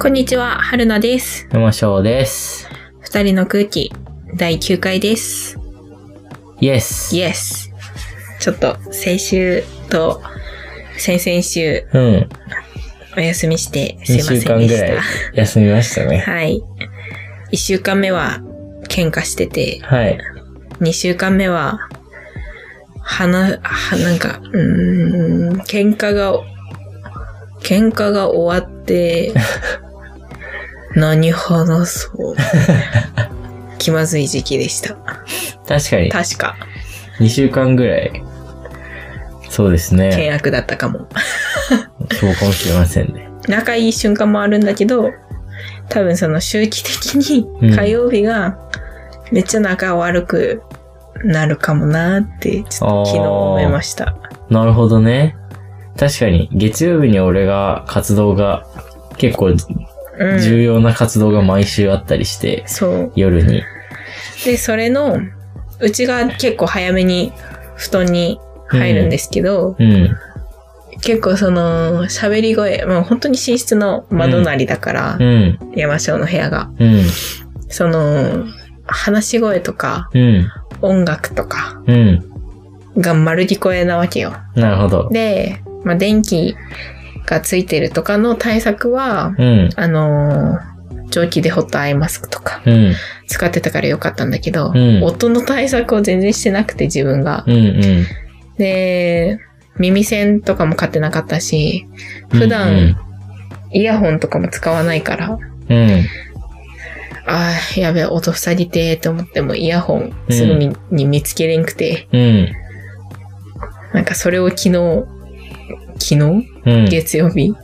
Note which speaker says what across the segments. Speaker 1: こんにちは、はるなです。
Speaker 2: どうも、しょうです。
Speaker 1: 二人の空気、第9回です。
Speaker 2: イエス。
Speaker 1: イエス。ちょっと、先週と、先々週、
Speaker 2: うん。
Speaker 1: お休みして、す
Speaker 2: 2
Speaker 1: いませんで
Speaker 2: 週
Speaker 1: した。
Speaker 2: 間ぐらい休みましたね。
Speaker 1: はい。1週間目は、喧嘩してて、
Speaker 2: はい。
Speaker 1: 2週間目は、はな、は、なんか、うーん、喧嘩が、喧嘩が終わ って、何話そう。気まずい時期でした。
Speaker 2: 確かに、
Speaker 1: 確か、
Speaker 2: 2週間ぐらい。そうですね。
Speaker 1: 険悪だったかも。
Speaker 2: そうかもしれませんね。
Speaker 1: 仲いい瞬間もあるんだけど、多分その周期的に
Speaker 2: うん
Speaker 1: 火曜日がめっちゃ仲悪くなるかもなーって、ちょっと昨日思いました。
Speaker 2: なるほどね。確かに、月曜日に俺が活動が、結構
Speaker 1: うん。
Speaker 2: 重要な活動が毎週あったりして、
Speaker 1: そう。
Speaker 2: 夜に。
Speaker 1: で、それの、うちが結構早めに布団に入るんですけど、
Speaker 2: うん。
Speaker 1: 結構その、喋り声、もう本当に寝室の窓なりだから、
Speaker 2: うん。
Speaker 1: 山椒の部屋が。
Speaker 2: うん。
Speaker 1: その、話し声とか、
Speaker 2: うん。
Speaker 1: 音楽とか
Speaker 2: うん。
Speaker 1: が丸聞こえなわけよ。
Speaker 2: なるほど。
Speaker 1: で、まあ、電気がついてるとかの対策は、
Speaker 2: うん。
Speaker 1: あのー蒸気でホットアイマスクとか
Speaker 2: うん。
Speaker 1: 使ってたからよかったんだけど、
Speaker 2: うん
Speaker 1: 音の対策を全然してなくて自分が。
Speaker 2: うん。うん。
Speaker 1: で、耳栓とかも買ってなかったし、普
Speaker 2: う
Speaker 1: 段
Speaker 2: ん、
Speaker 1: イヤホンとかも使わないから、
Speaker 2: うん。
Speaker 1: ああ、やべえ、音塞ぎてーと思っても、イヤホンすぐに,、見つけれんくて、
Speaker 2: うん。
Speaker 1: なんかそれを昨日、昨日
Speaker 2: うん。
Speaker 1: 月曜日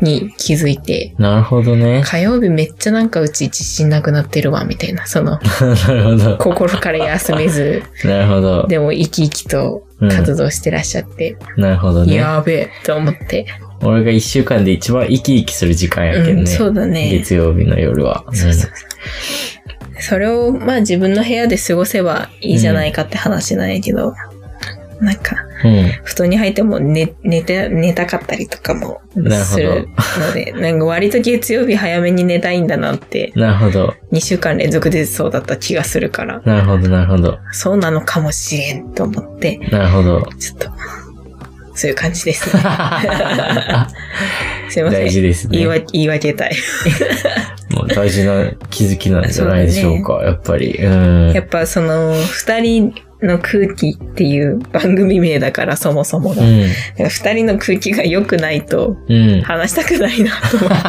Speaker 1: に気づいて、
Speaker 2: なるほどね。
Speaker 1: 火曜日めっちゃなんかうち自信なくなってるわ、みたいな、そ の、
Speaker 2: なるほど。
Speaker 1: 心から休め ず、
Speaker 2: なるほど。
Speaker 1: でも生き生きと
Speaker 2: うん、
Speaker 1: 活動してらっしゃって、
Speaker 2: なるほどね。
Speaker 1: やべえ、と思って、
Speaker 2: 俺が一週間で一番生き生きする時間やけ
Speaker 1: うんん、
Speaker 2: ね。
Speaker 1: そうだね。
Speaker 2: 月曜日の夜は。
Speaker 1: そうそうそれをまあ自分の部屋で過ごせばいいじゃないかって話なんやけど、なんか
Speaker 2: うん。
Speaker 1: 布団に入っても寝寝て寝たかったりとかも
Speaker 2: なるほ
Speaker 1: する
Speaker 2: ど。
Speaker 1: のでなんか割と月曜日早めに寝たいんだなって
Speaker 2: なるほど。
Speaker 1: 2週間連続でそうだった気がするから
Speaker 2: なるほど、なるほど。
Speaker 1: そうなのかもしれんと思って
Speaker 2: なるほど。
Speaker 1: ちょっとそういう感じ です、 ね、すいませ
Speaker 2: 大
Speaker 1: ん
Speaker 2: 事です
Speaker 1: 言いわ
Speaker 2: ね。
Speaker 1: 言い訳たい
Speaker 2: もう大事な気づきなんじゃないでしょうか、やっぱり。うん
Speaker 1: や。っぱその2人の空気っていう番組名だからそもそもが
Speaker 2: う。ん。
Speaker 1: なんか二人の空気が良くないと
Speaker 2: うん。
Speaker 1: 話したくないな と思って。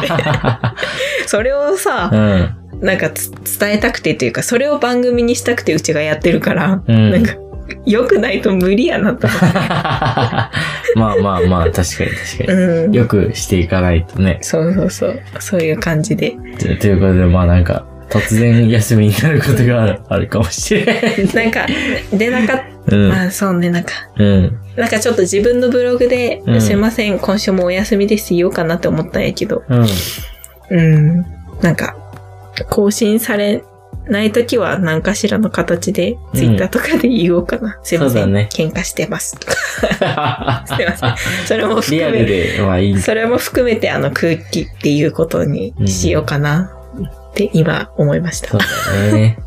Speaker 1: それをさ
Speaker 2: う、ん。
Speaker 1: なんかつ伝えたくてというか、それを番組にしたくてうちがやってるから、
Speaker 2: うん
Speaker 1: なんか良くないと無理やなと思って。
Speaker 2: まあまあまあ、確かに確か
Speaker 1: うん
Speaker 2: に。。よくしていかないとね。
Speaker 1: そうそうそう。そういう感じで。
Speaker 2: とということで、まあなんか、突然休みになることがあるあるかもしれない。
Speaker 1: なんか、出なかっ
Speaker 2: うん。
Speaker 1: まあそうね、なんか。
Speaker 2: うん。
Speaker 1: なんかちょっと自分のブログで、
Speaker 2: うん
Speaker 1: すいません、今週もお休みです言おうかなって思ったんやけど、
Speaker 2: うん。
Speaker 1: うん。なんか、更新されないときは何かしらの形で、
Speaker 2: うん
Speaker 1: ツイッターとかで言おうかな。すいま
Speaker 2: そう
Speaker 1: せ
Speaker 2: だ
Speaker 1: ん。
Speaker 2: ね
Speaker 1: 喧嘩して ます。とかすいません。それも含
Speaker 2: リアル
Speaker 1: め、
Speaker 2: で、まあいい。
Speaker 1: それも含めてあの空気っていうことにしようかなって今思いました
Speaker 2: そう。だね。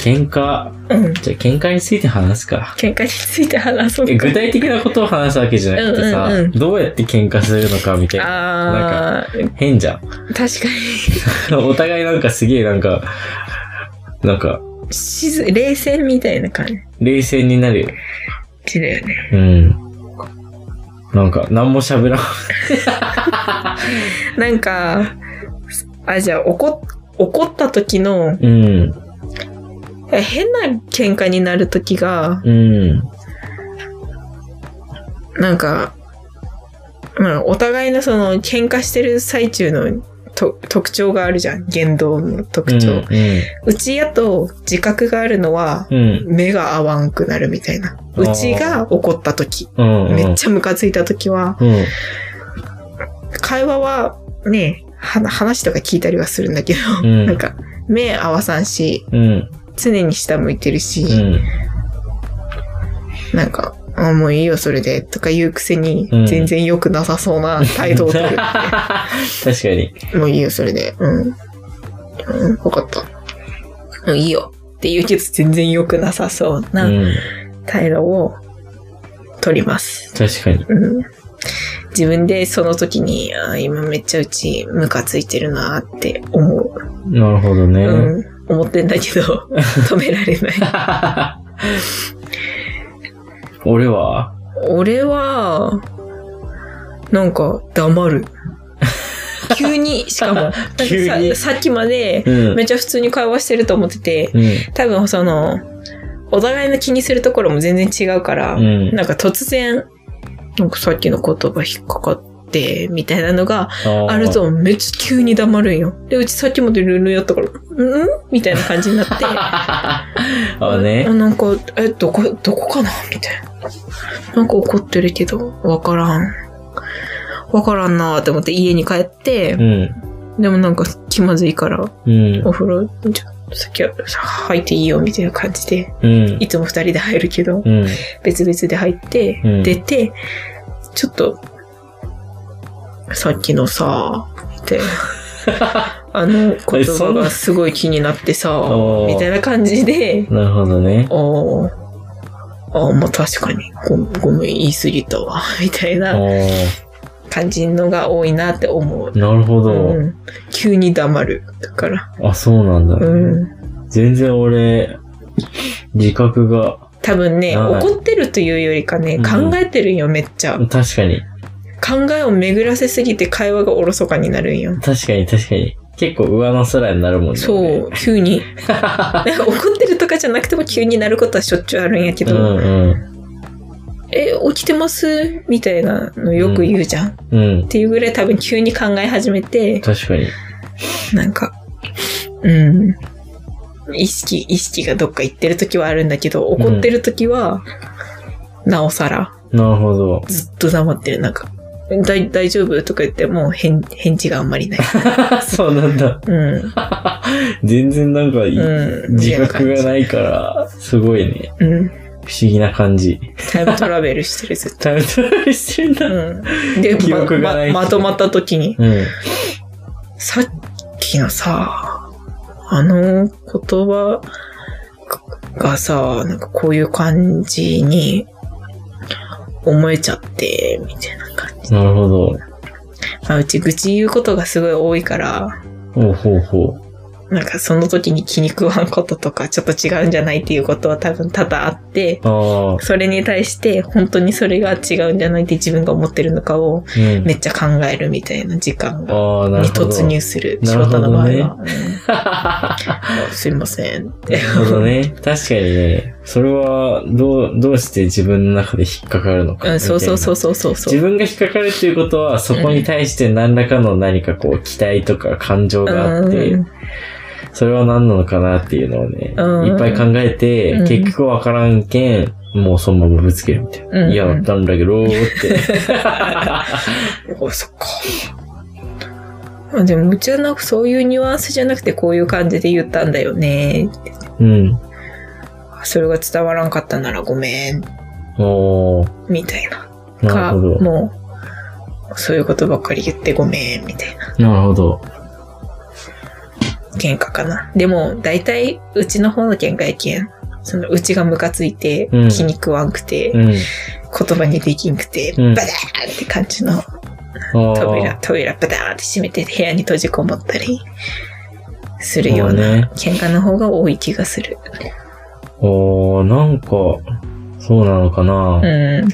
Speaker 2: 喧嘩。
Speaker 1: うん。
Speaker 2: じゃあ喧嘩について話すか。
Speaker 1: 喧嘩について話そう
Speaker 2: え具
Speaker 1: か。
Speaker 2: 体的なことを話すわけじゃなくてさ、
Speaker 1: うんうんうん
Speaker 2: どうやって喧嘩するのかみたいな。
Speaker 1: あー、
Speaker 2: 変じゃん。
Speaker 1: 確か
Speaker 2: お互いなんかすげえなんか、なんか、
Speaker 1: に、しず、冷戦みたいな感
Speaker 2: 冷静になるよ。
Speaker 1: じだよね。
Speaker 2: うん。なんか、何も喋らん。
Speaker 1: なんか、あ、じゃあ怒っ、怒った時の、
Speaker 2: うん。
Speaker 1: え変な喧嘩になる時が
Speaker 2: うん。
Speaker 1: なんか、まあ、お互いのその喧嘩してる最中のと特徴があるじゃん言動の特徴、うちやと自覚があるのは
Speaker 2: うん。うん。
Speaker 1: 目が合わんくなるみたいなうちが怒った時
Speaker 2: うん。うん。
Speaker 1: めっちゃムカついた時は
Speaker 2: うん。
Speaker 1: 会話はねは話とか聞いたりはするんだけど、
Speaker 2: う ん
Speaker 1: なんか目合わさんし
Speaker 2: うん。
Speaker 1: 常に下向いてるし、
Speaker 2: うん。
Speaker 1: なんかあ、もういいよ、それで、とか言うくせに
Speaker 2: うん、
Speaker 1: 全然良くなさそうな態度を取
Speaker 2: 確
Speaker 1: る。
Speaker 2: かに。
Speaker 1: もういいよ、それで。うん。うん、わかった。うんいいよ。って言うけど、全然良くなさそう
Speaker 2: う。
Speaker 1: なん態度を取ります。
Speaker 2: 確かに。
Speaker 1: うん自分でその時に、あー今めっちゃうちムカついてるなーって思う。
Speaker 2: なるほどね。
Speaker 1: うん。思ってんだけど、止められない。
Speaker 2: 俺は、
Speaker 1: 俺は、なんか黙る。急に、しかも
Speaker 2: 急に
Speaker 1: ささっきまで
Speaker 2: うん
Speaker 1: めっちゃ普通に会話してると思ってて、
Speaker 2: うん。
Speaker 1: 多分その、お互いの気にするところも全然違うから、
Speaker 2: うん。
Speaker 1: なんか突然、なんかさっきの言葉引っかかって、みたいなのが
Speaker 2: ー
Speaker 1: ある。とめっちゃ急に黙るんよ。で、うちさっきまでルールやったから、うんみたいな感じになって。
Speaker 2: あね。
Speaker 1: なんか、え、どこ、どこかなみたいな。なんか怒ってるけど、わからん。わからんなーって思って家に帰って
Speaker 2: う、ん。
Speaker 1: でもなんか気まずいから、
Speaker 2: うん
Speaker 1: お。風呂、ちょっと先は入っていいよみたいな感じで、
Speaker 2: うん。
Speaker 1: いつも二人で入るけど、
Speaker 2: うん。
Speaker 1: 別々で入って
Speaker 2: うん、
Speaker 1: 出て、ちょっと、さっきのさ、 って、あの言葉がすごい気になってさ
Speaker 2: お、ー
Speaker 1: みたいな感じで、
Speaker 2: なるほどね。
Speaker 1: あーあー、まあ確かにご、ごめん、言い過ぎたわ、 みたい
Speaker 2: あ
Speaker 1: な
Speaker 2: あ。
Speaker 1: 感じのが多いなって思う。
Speaker 2: なるほ
Speaker 1: う
Speaker 2: ど。
Speaker 1: ん急に黙る。だから、
Speaker 2: あ、そうなんだ。
Speaker 1: うん。
Speaker 2: 全然俺、自覚が、
Speaker 1: 多分ね、
Speaker 2: はい
Speaker 1: 怒ってるというよりかね、
Speaker 2: うん
Speaker 1: 考えてるんよ、めっちゃ。
Speaker 2: 確かに。
Speaker 1: 考えを巡らせすぎて会話がおろそかになるんよ。
Speaker 2: 確かに確かに。結構上の空になるもんね。
Speaker 1: そう、急 に。なんか怒ってるとかじゃなくても急になることはしょっちゅうあるんやけ
Speaker 2: 俺。う
Speaker 1: ど、
Speaker 2: んうん。
Speaker 1: え、起きてますみたいなのよく言うじゃん。っ
Speaker 2: うん。
Speaker 1: ていうぐらい多分急に考え始めて、
Speaker 2: 確かに。
Speaker 1: なんか、うん。意識、意識がどっか行ってる時はあるんだけど、怒ってる時は、なおさら、
Speaker 2: なる ほど。
Speaker 1: ずっと黙ってる。なんか、だい大丈夫とか言っても、返、返事があんま りない。
Speaker 2: そうなんだ。
Speaker 1: うん。
Speaker 2: 全然なんかい、
Speaker 1: うん。
Speaker 2: 自覚が
Speaker 1: い。
Speaker 2: ないから、すごいね。
Speaker 1: うん。
Speaker 2: 不思議な感じ。
Speaker 1: タイムトラベルしてる、ずっと。
Speaker 2: タイムトラベルしてるんだ。
Speaker 1: うん。で、
Speaker 2: 記憶がない
Speaker 1: ま、ままとまった時に、
Speaker 2: うん。
Speaker 1: さっきのさ、あの言葉がさ、なんかこういう感じに思えちゃって、みたいな感じ。
Speaker 2: なるほど。
Speaker 1: まあ、うち愚痴言うことがすごい多いから、
Speaker 2: ほうほうほう。
Speaker 1: なんかその時に気に食わんこととかちょっと違うんじゃないっていうことは多分多々あって、
Speaker 2: ああ。
Speaker 1: それに対して本当にそれが違うんじゃないって自分が思ってるのかを
Speaker 2: うん
Speaker 1: め。っちゃ考えるみたいな時間が
Speaker 2: ああ、なる
Speaker 1: に
Speaker 2: ほど。
Speaker 1: 突入する。
Speaker 2: な
Speaker 1: 仕
Speaker 2: るほ
Speaker 1: 事
Speaker 2: ど
Speaker 1: の場合は。
Speaker 2: ね
Speaker 1: うんあすいません。
Speaker 2: なるほどね。確かにね。それは、どう、どうして自分の中で引っかかるのか。。
Speaker 1: うん、そうそうそううそうそうそう。
Speaker 2: 自分が引っかかるっていうことは、そこに対して何らかの何かこう、期待とか感情があって、
Speaker 1: うん
Speaker 2: それは何なのかなっていうのをね、
Speaker 1: うん
Speaker 2: いっぱい考えて、
Speaker 1: うん
Speaker 2: 結局わからんけん、もうそのままぶつけるみたいな。
Speaker 1: うん
Speaker 2: いや、だったんだけどーって。
Speaker 1: おそっか。あでも、うちはなんかそういうニュアンスじゃなくてこういう感じで言ったんだよね。
Speaker 2: うん。
Speaker 1: それが伝わらんかったならごめん。
Speaker 2: おー、
Speaker 1: みたいな。
Speaker 2: な
Speaker 1: か、
Speaker 2: るほど。
Speaker 1: もう、そういうことばっかり言ってごめん。みたいな。
Speaker 2: なるほど。
Speaker 1: 喧嘩かな。でも、大体、うちの方の喧嘩やけん。その、うちがムカついて
Speaker 2: うん、
Speaker 1: 気に食わんくて、
Speaker 2: うん。
Speaker 1: 言葉にできんくて、
Speaker 2: うん
Speaker 1: バダーンって感じの
Speaker 2: あー
Speaker 1: 扉、扉バダーンって閉めて部屋に閉じこもったりするよう
Speaker 2: そうね
Speaker 1: な喧嘩の方が多い気がする。
Speaker 2: おー、なんか、そうなのかな、
Speaker 1: うん。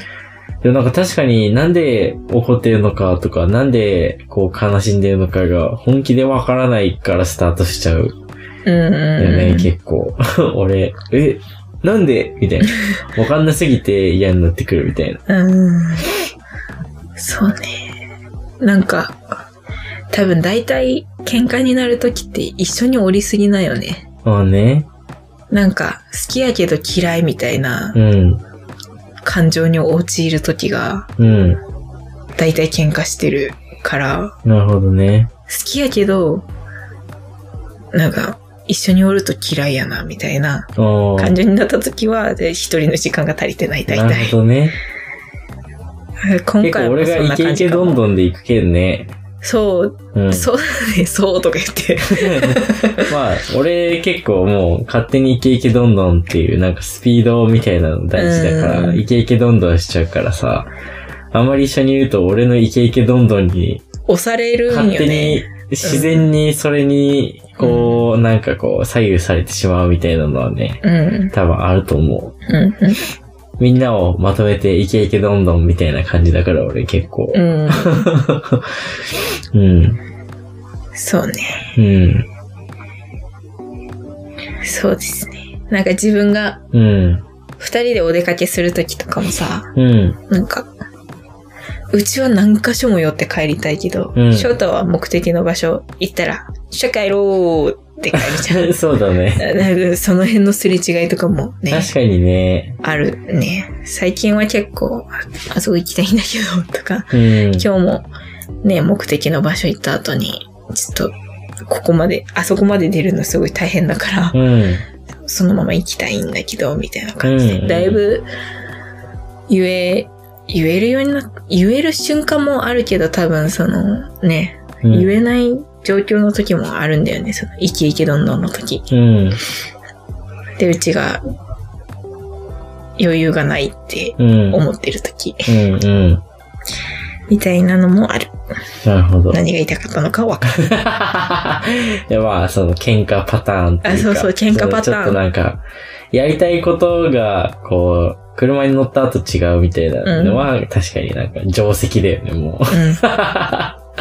Speaker 2: でもなんか確かになんで怒ってるのかとか、なんでこう悲しんでるのかが本気でわからないからスタートしちゃうよ
Speaker 1: うんうん
Speaker 2: ね、
Speaker 1: うん。
Speaker 2: 結構。 俺、え、なんでみたいな。わかんなすぎて嫌になってくるみたい
Speaker 1: う
Speaker 2: な。
Speaker 1: ん。そうね。なんか、多分大体喧嘩になるときって一緒におりすぎないよね。
Speaker 2: まあね。
Speaker 1: なんか、好きやけど嫌いみたいな
Speaker 2: うん。
Speaker 1: 感情に陥るときが、
Speaker 2: うん。
Speaker 1: 大体喧嘩してるから、
Speaker 2: なるほどね。
Speaker 1: 好きやけど、なんか、一緒におると嫌いやな、みたいな
Speaker 2: おー
Speaker 1: 感情になった時は、で一人の時間が足りてない、大
Speaker 2: なる
Speaker 1: 体
Speaker 2: ほ。どね。
Speaker 1: 今
Speaker 2: 結構
Speaker 1: 回
Speaker 2: 俺
Speaker 1: も
Speaker 2: が
Speaker 1: そん
Speaker 2: イ
Speaker 1: な
Speaker 2: ケ
Speaker 1: 感
Speaker 2: イ
Speaker 1: じ
Speaker 2: ケ
Speaker 1: か
Speaker 2: どん
Speaker 1: も。
Speaker 2: どんで行くけんね。
Speaker 1: そう、
Speaker 2: うん。
Speaker 1: そう だね、そうとか言って。
Speaker 2: まあ、俺結構もう勝手にイケイケどんどんっていうなんかスピードみたいなの大事だから、
Speaker 1: うん
Speaker 2: イケイケどんどんしちゃうからさ、あんまり一緒にいると俺のイケイケどんどんに
Speaker 1: 押されるん
Speaker 2: 勝
Speaker 1: よ
Speaker 2: 手に
Speaker 1: ね。
Speaker 2: 自然にそれにこうなんかこう左右されてしまうみたいなのはね、
Speaker 1: うん、うん、
Speaker 2: 多分あると思
Speaker 1: うん
Speaker 2: う。みんなをまとめてイケイケどんどんみたいな感じだから俺結構。。
Speaker 1: うん。
Speaker 2: うん。
Speaker 1: そうね。
Speaker 2: うん。
Speaker 1: そうですね。なんか自分が
Speaker 2: うん。
Speaker 1: 二人でお出かけするときとかもさ、
Speaker 2: うん。
Speaker 1: なんか、うちは何箇所も寄って帰りたいけど、
Speaker 2: うん
Speaker 1: 翔太は目的の場所行ったら、社会ろうって帰るじゃん
Speaker 2: そうだね。
Speaker 1: なんかその辺のすれ違いとかもね、
Speaker 2: 確かにね。
Speaker 1: あるね。最近は結構、ああそこ行きたいんだけど、とか、
Speaker 2: うん。
Speaker 1: 今日もね、目的の場所行った後に、ちょっと、ここまで、あそこまで出るのすごい大変だから、
Speaker 2: うん。
Speaker 1: そのまま行きたいんだけど、みたいな感じで、
Speaker 2: うん
Speaker 1: だいぶ、言え、言えるようにな、言える瞬間もあるけど、多分その、ね、
Speaker 2: うん
Speaker 1: 言えない状況の時もあるんだよね、その、イケイケどんどんの時。
Speaker 2: うん。
Speaker 1: で、うちが、余裕がないって
Speaker 2: うん。
Speaker 1: 思ってる時、
Speaker 2: うんうん。
Speaker 1: みたいなのもある。
Speaker 2: なるほど。
Speaker 1: 何が言いたかったのかわ かんない。
Speaker 2: で、まあ、その、喧嘩パターンっていうか。
Speaker 1: あそうそう喧嘩パターン
Speaker 2: そのちょっとなんか、やりたいことが、こう、車に乗った後違うみたいなのは、確かになんか、定石だよね、もう。
Speaker 1: うん。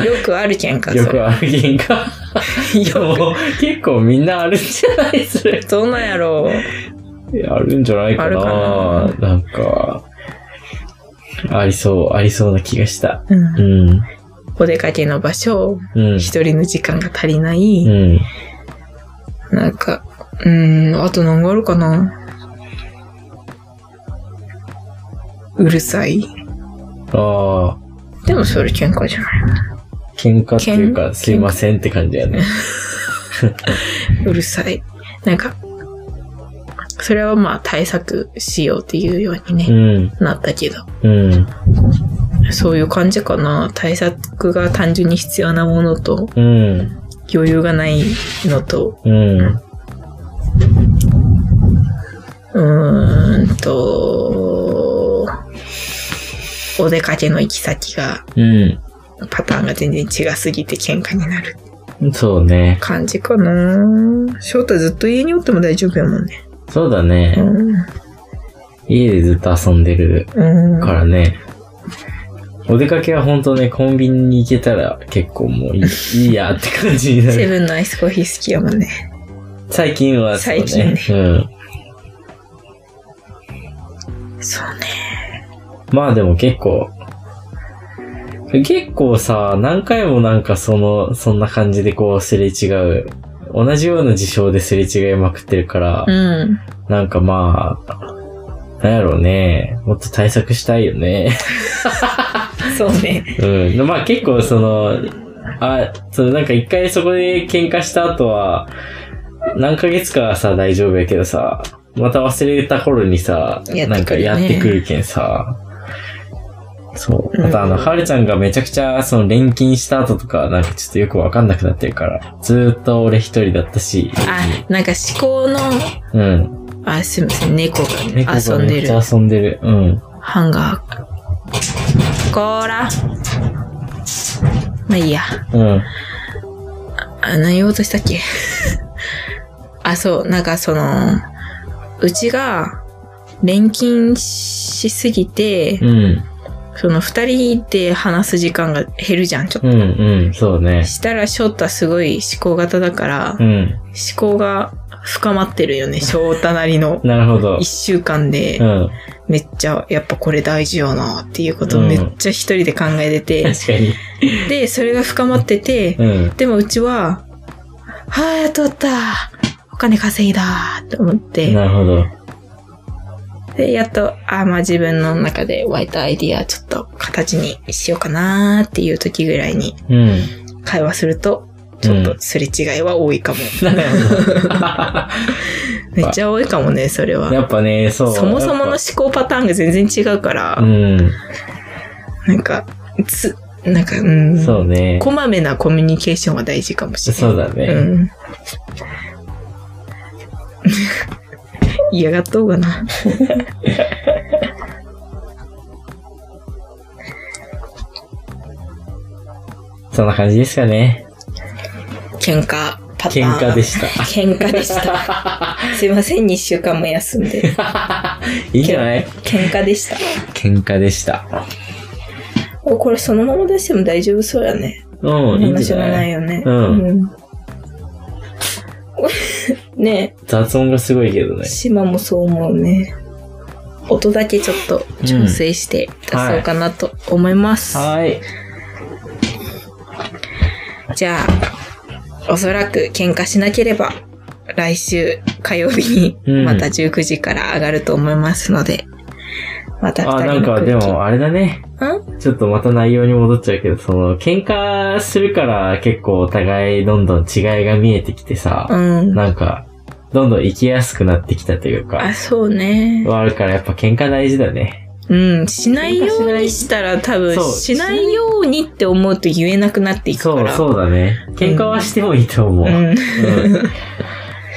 Speaker 1: よくある喧嘩、
Speaker 2: よ
Speaker 1: それ
Speaker 2: くある 喧嘩。いや、もう、結構みんなあるんじゃないそれ。
Speaker 1: どうなんやろ
Speaker 2: いやあるんじゃないかな
Speaker 1: ある
Speaker 2: なんか、ありそう、ありそうな気がした。
Speaker 1: う。う。
Speaker 2: うんん。
Speaker 1: お出かけの場所、
Speaker 2: うん。
Speaker 1: 一人の時間が足りない。
Speaker 2: うん。
Speaker 1: なんか、うーん、あと何があるかなうるさい。
Speaker 2: ああ。
Speaker 1: でもそれ喧嘩じゃない。
Speaker 2: 喧嘩っていうか、
Speaker 1: 喧
Speaker 2: すいませんって感じやね。
Speaker 1: うるさい。なんか、それはまあ対策しようっていうようにね、
Speaker 2: うん、
Speaker 1: なったけど、
Speaker 2: うん、
Speaker 1: そういう感じかな。対策が単純に必要なものと、
Speaker 2: うん、
Speaker 1: 余裕がないのと、
Speaker 2: うん、
Speaker 1: うーんと、お出かけの行き先が、
Speaker 2: う
Speaker 1: パターンが全然違すぎて喧嘩になる
Speaker 2: ん。そうね。
Speaker 1: 感じかな翔太ずっと家におっても大丈夫やもんね。
Speaker 2: そうだ
Speaker 1: う
Speaker 2: ね。
Speaker 1: ん。
Speaker 2: 家でずっと遊んでる
Speaker 1: うん。
Speaker 2: からね。お出かけはほんとね、コンビニに行けたら結構もういいいいやって感じにな
Speaker 1: セ
Speaker 2: る。
Speaker 1: ブンのアイスコーヒー好きやもんね。
Speaker 2: 最近はそうね。
Speaker 1: 最近
Speaker 2: うん。
Speaker 1: そうね。
Speaker 2: まあでも結構、結構さ、何回もなんかその、そんな感じでこうすれ違う。同じような事象ですれ違いまくってるから、
Speaker 1: うん。
Speaker 2: なんかまあ、なんやろうね。もっと対策したいよね。
Speaker 1: そうね。
Speaker 2: うん。まあ結構その、あ、そのなんか一回そこで喧嘩した後は、何ヶ月かはさ、大丈夫やけどさ、また忘れた頃にさ、
Speaker 1: やってくるよね
Speaker 2: なんかやってくるけんさ、そう。
Speaker 1: うん
Speaker 2: あとあの、はるちゃんがめちゃくちゃ、その、錬金した後とか、なんかちょっとよくわかんなくなってるから、ずーっと俺一人だったし、
Speaker 1: あ、なんか思考の、
Speaker 2: うん。
Speaker 1: あ、すみません、猫がね、
Speaker 2: 猫
Speaker 1: 遊
Speaker 2: が
Speaker 1: ん
Speaker 2: め
Speaker 1: で
Speaker 2: っち
Speaker 1: る
Speaker 2: ゃ。遊んでる。うん。
Speaker 1: ハンガー。こーら。まあいいや。
Speaker 2: うん。
Speaker 1: あ、何言おうとしたっけ あ、そう、なんかその、うちが、錬金しすぎて
Speaker 2: う、ん。
Speaker 1: その二人で話す時間が減るじゃん、ちょっと。
Speaker 2: うんうん、そうね。
Speaker 1: したら、翔太すごい思考型だから、
Speaker 2: う
Speaker 1: 思
Speaker 2: ん。。
Speaker 1: 考が深まってるよね、翔太なりの
Speaker 2: なるほど
Speaker 1: 一。週間で
Speaker 2: う、ん。
Speaker 1: めっちゃ、やっぱこれ大事よな、っていうことを
Speaker 2: うん
Speaker 1: めっちゃ一人で考えてて、
Speaker 2: 確かに。
Speaker 1: で、それが深まってて、
Speaker 2: うん。
Speaker 1: でもうちは、はあ、やっとったお金稼いだと思って、
Speaker 2: なるほど。
Speaker 1: で、やっと、あまあ自分の中で湧いたアイディア、ちょっと形にしようかなーっていう時ぐらいに
Speaker 2: うん。
Speaker 1: 会話すると、ちょっとすれ違いは多いかも。
Speaker 2: なる
Speaker 1: めっちゃ多いかもね、それ
Speaker 2: ほど。 や
Speaker 1: は。
Speaker 2: っぱね、そう。
Speaker 1: そもそもの
Speaker 2: や
Speaker 1: 思
Speaker 2: っ
Speaker 1: 考パターンが全然違うから、
Speaker 2: ぱうん。
Speaker 1: なんか、つ、なんか、うん。
Speaker 2: そうね。
Speaker 1: こまめなコミュニケーションは大事かもしれない。
Speaker 2: そうだね。
Speaker 1: うん。嫌がっとうかな。
Speaker 2: そんな感じですかね。
Speaker 1: 喧嘩パタ
Speaker 2: 喧
Speaker 1: ーン。
Speaker 2: 嘩 でした。
Speaker 1: 喧嘩でした。すいません、2週間も休んで。
Speaker 2: いいんじゃない
Speaker 1: 喧嘩でした。
Speaker 2: 喧嘩でした。
Speaker 1: おこれそのまま出しても大丈夫そうやね。
Speaker 2: うん、いいん
Speaker 1: 話
Speaker 2: じゃ
Speaker 1: も
Speaker 2: な
Speaker 1: ないいよね。
Speaker 2: うん
Speaker 1: ん ね
Speaker 2: 雑音がすごいけど
Speaker 1: え、
Speaker 2: ね。
Speaker 1: 島もそう思うね。音だけちょっと調整して出そうかなと思います。
Speaker 2: はい。
Speaker 1: じゃあ、おそらく喧嘩しなければ、来週火曜日
Speaker 2: う
Speaker 1: に
Speaker 2: ん
Speaker 1: また19時から上がると思いますので、また
Speaker 2: あ、
Speaker 1: 二
Speaker 2: な
Speaker 1: 人
Speaker 2: ん
Speaker 1: の
Speaker 2: か
Speaker 1: 空気
Speaker 2: でもあれだね。
Speaker 1: ん
Speaker 2: ちょっとまた内容に戻っちゃうけど、その、喧嘩するから結構お互いどんどん違いが見えてきてさ、
Speaker 1: うん。
Speaker 2: なんか、どんどん生きやすくなってきたというか
Speaker 1: あ、、そうね。
Speaker 2: はあるからやっぱ喧嘩大事だね。
Speaker 1: うん。しないようにしたら多分
Speaker 2: そう、
Speaker 1: しないようにって思うと言えなくなっていく
Speaker 2: そ
Speaker 1: か
Speaker 2: う、
Speaker 1: ら。う
Speaker 2: そうだね。喧嘩はしてもいいと思う。
Speaker 1: ん。
Speaker 2: うん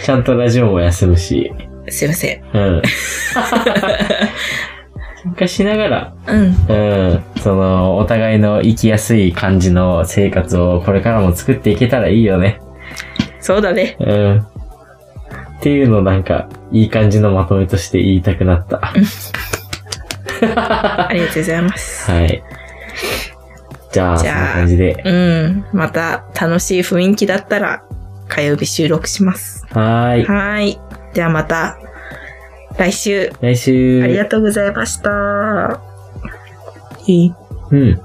Speaker 2: ちゃんとラジオも休むし、
Speaker 1: すいません。
Speaker 2: うん。 喧嘩しながら、
Speaker 1: うん。
Speaker 2: うん、その、お互いの生きやすい感じの生活をこれからも作っていけたらいいよね。
Speaker 1: そうだね。
Speaker 2: うん。っていうのなんか、いい感じのまとめとして言いたくなった。
Speaker 1: ありがとうございます。
Speaker 2: はい。じゃあ、
Speaker 1: じ
Speaker 2: そん
Speaker 1: ゃあ
Speaker 2: な感じで。
Speaker 1: うん。また楽しい雰囲気だったら、火曜日収録します。
Speaker 2: はーい。
Speaker 1: はーい。ではまた来週
Speaker 2: 来週。
Speaker 1: ありがとうございました。いい
Speaker 2: うん。